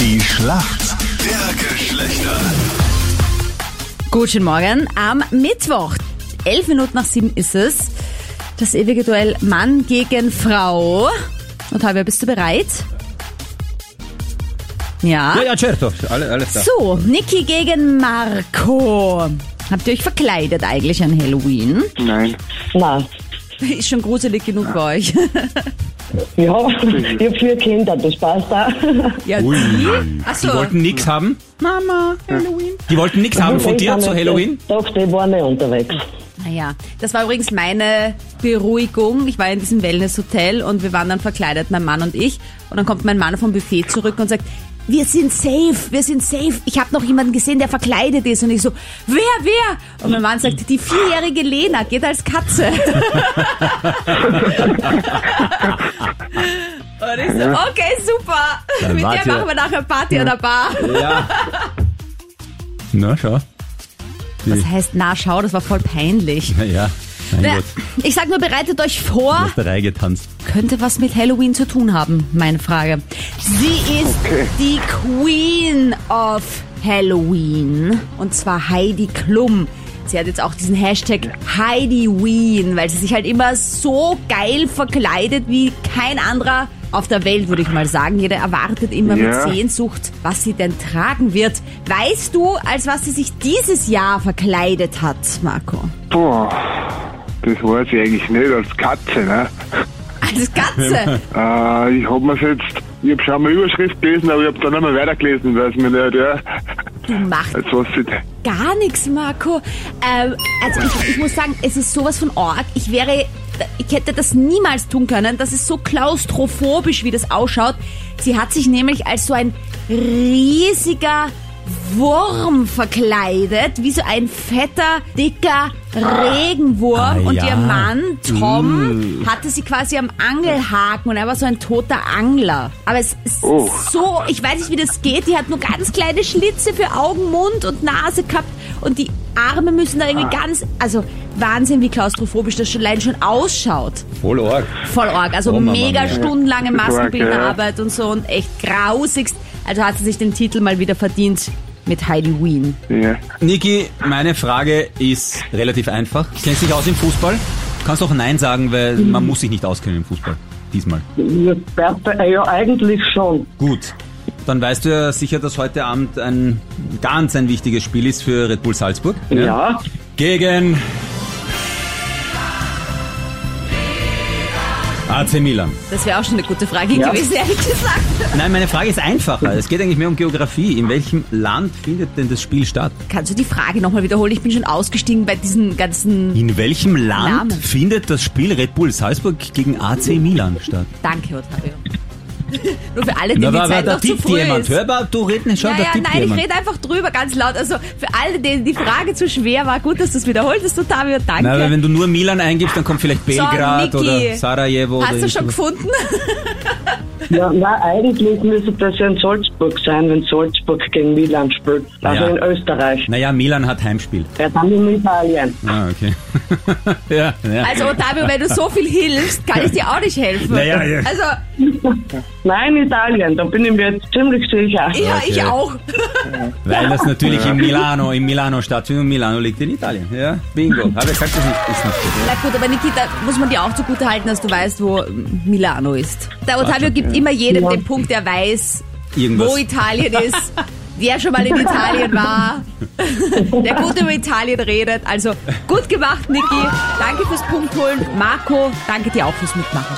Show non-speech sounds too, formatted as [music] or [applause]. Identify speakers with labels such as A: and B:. A: Die Schlacht der Geschlechter.
B: Guten Morgen am Mittwoch. Elf Minuten nach sieben ist es. Das ewige Duell Mann gegen Frau. Und Halber, bist du bereit? Ja.
C: Ja, ja, certo. Alle, alles da.
B: So, Niki gegen Marco. Habt ihr euch verkleidet eigentlich an
C: [laughs]
B: Halloween?
D: Nein.
E: Nein.
B: Ist schon gruselig genug bei euch. [laughs]
E: Ja, [laughs] ich habe vier Kinder, das passt auch.
B: Ja,
C: Ui.
B: die? Ach
C: Die
B: so.
C: wollten nix haben. Mama, Halloween. Die wollten nix haben von dir zu Halloween.
E: Doch, die waren nicht unterwegs.
B: Naja, Ah das war übrigens meine Beruhigung. Ich war in diesem Wellness-Hotel und wir waren dann verkleidet, mein Mann und ich. Und dann kommt mein Mann vom Buffet zurück und sagt, wir sind safe, wir sind safe. Ich habe noch jemanden gesehen, der verkleidet ist. Und ich so, wer, wer? Und mein Mann sagt, die vierjährige Lena geht als Katze. [laughs] und ich so, okay, super.
C: Dann
B: Mit
C: wart
B: der
C: ihr-
B: machen wir nachher Party an der Bar.
C: Ja. Na, schau.
B: Das heißt, na schau, das war voll peinlich.
C: Na ja. Mein
B: Na,
C: Gott.
B: Ich sag nur, bereitet euch vor.
C: Hast du reingetanzt.
B: könnte was mit Halloween zu tun haben, meine Frage. Sie ist die Queen of Halloween und zwar Heidi Klum. Sie hat jetzt auch diesen Hashtag HeidiWeen, weil sie sich halt immer so geil verkleidet wie kein anderer auf der Welt, würde ich mal sagen. Jeder erwartet immer
D: Ja.
B: mit Sehnsucht, was sie denn tragen wird. Weißt du, als was sie sich dieses Jahr verkleidet hat, Marco?
D: Boah, das weiß ich eigentlich nicht als Katze, ne?
B: Als Katze.
D: Äh, ich hab mir's jetzt, ich hab schon mal Überschrift gelesen, aber ich hab dann nicht mehr weitergelesen, weil es mir nicht, ja.
B: Du machst
D: Jetzt was ich,
B: Gar nichts, Marco. Ähm, also ich, ich muss sagen, es ist sowas von arg. Ich wäre, ich hätte das niemals tun können. Das ist so klaustrophobisch, wie das ausschaut. Sie hat sich nämlich als so ein riesiger Wurm verkleidet, wie so ein fetter, dicker Regenwurm.
C: Ah,
B: und
C: ja.
B: ihr Mann,
C: Mm.
B: Tom, hatte sie quasi am Angelhaken und er war so ein toter Angler. Aber es ist
D: Oh.
B: so, ich weiß nicht, wie das geht. Die hat nur ganz kleine Schlitze für Augen, Mund und Nase gehabt und die Arme müssen da
C: Ah.
B: irgendwie ganz, also Wahnsinn, wie klaustrophobisch das schon allein schon ausschaut.
C: Voll arg.
B: Voll arg, also
C: Oh, Mama
B: mega
C: mia. [laughs]
B: stundenlange
D: Arg,
B: Maskenbildnerarbeit und so und echt grausigst. Also hat sie sich den Titel mal wieder verdient mit Heidi Wien.
D: ja.
C: Niki, meine Frage ist relativ einfach. Kennst du dich aus im Fußball? Kannst doch Nein sagen, weil man muss sich nicht auskennen im Fußball. Diesmal.
E: Ja, Bertha, äh, ja, eigentlich schon.
C: Gut. Dann weißt du ja sicher, dass heute Abend ein ganz ein wichtiges Spiel ist für Red Bull Salzburg.
E: Ja.
C: Gegen AC Milan.
B: Das wäre auch schon eine gute Frage
E: Ja.
B: gewesen, ehrlich gesagt.
C: Nein, meine Frage ist einfacher. Es geht eigentlich mehr um Geografie. In welchem Land findet denn das Spiel statt?
B: Kannst du die Frage nochmal wiederholen? Ich bin schon ausgestiegen bei diesen ganzen...
C: In welchem Land
B: Name.
C: findet das Spiel Red Bull Salzburg gegen AC Milan statt?
B: Danke,
C: [laughs]
B: Ottavio. Nur für alle, die die Zeit noch zu früh
C: jemand.
B: ist.
C: Hörbar, du redest schon,
B: Ja,
C: da
B: ja,
C: tippt
B: nein, ich
C: jemand.
B: rede einfach drüber, ganz laut. Also für alle, denen die Frage zu schwer war, gut, dass du es wiederholt hast, Ottavio, danke.
C: Na, aber wenn du nur Milan eingibst, dann kommt vielleicht Belgrad
B: Niki,
C: oder Sarajevo.
B: Hast
C: oder
B: du schon
C: irgendwas.
B: gefunden?
E: Ja, nein, eigentlich müsste das ja in Salzburg sein, wenn Salzburg gegen Milan spielt. Also
C: Ja.
E: in Österreich.
C: Naja, Milan hat Heimspiel.
E: Ja, dann in Italien.
C: Ah, okay. [laughs] ja, ja.
B: Also Ottavio, wenn du so viel hilfst, kann ich dir auch nicht helfen.
C: Naja, ja.
B: Also,
E: Nein, Italien, da bin ich mir jetzt ziemlich sicher.
B: ja, ich
C: Okay.
B: auch.
C: Weil das natürlich in Milano, in Milano stattfindet und Milano liegt in Italien. Ja, bingo. Aber ich sag das nicht, ist nicht so.
B: Na gut, aber Nikita, muss man dir auch zugute halten, dass du weißt, wo Milano ist. Der Ottavio gibt immer jedem den Punkt, der weiß,
C: Irgendwas.
B: wo Italien ist. Wer schon mal in Italien war, der gut über Italien redet. Also gut gemacht, Niki. Danke fürs Punkt holen. Marco, danke dir auch fürs Mitmachen.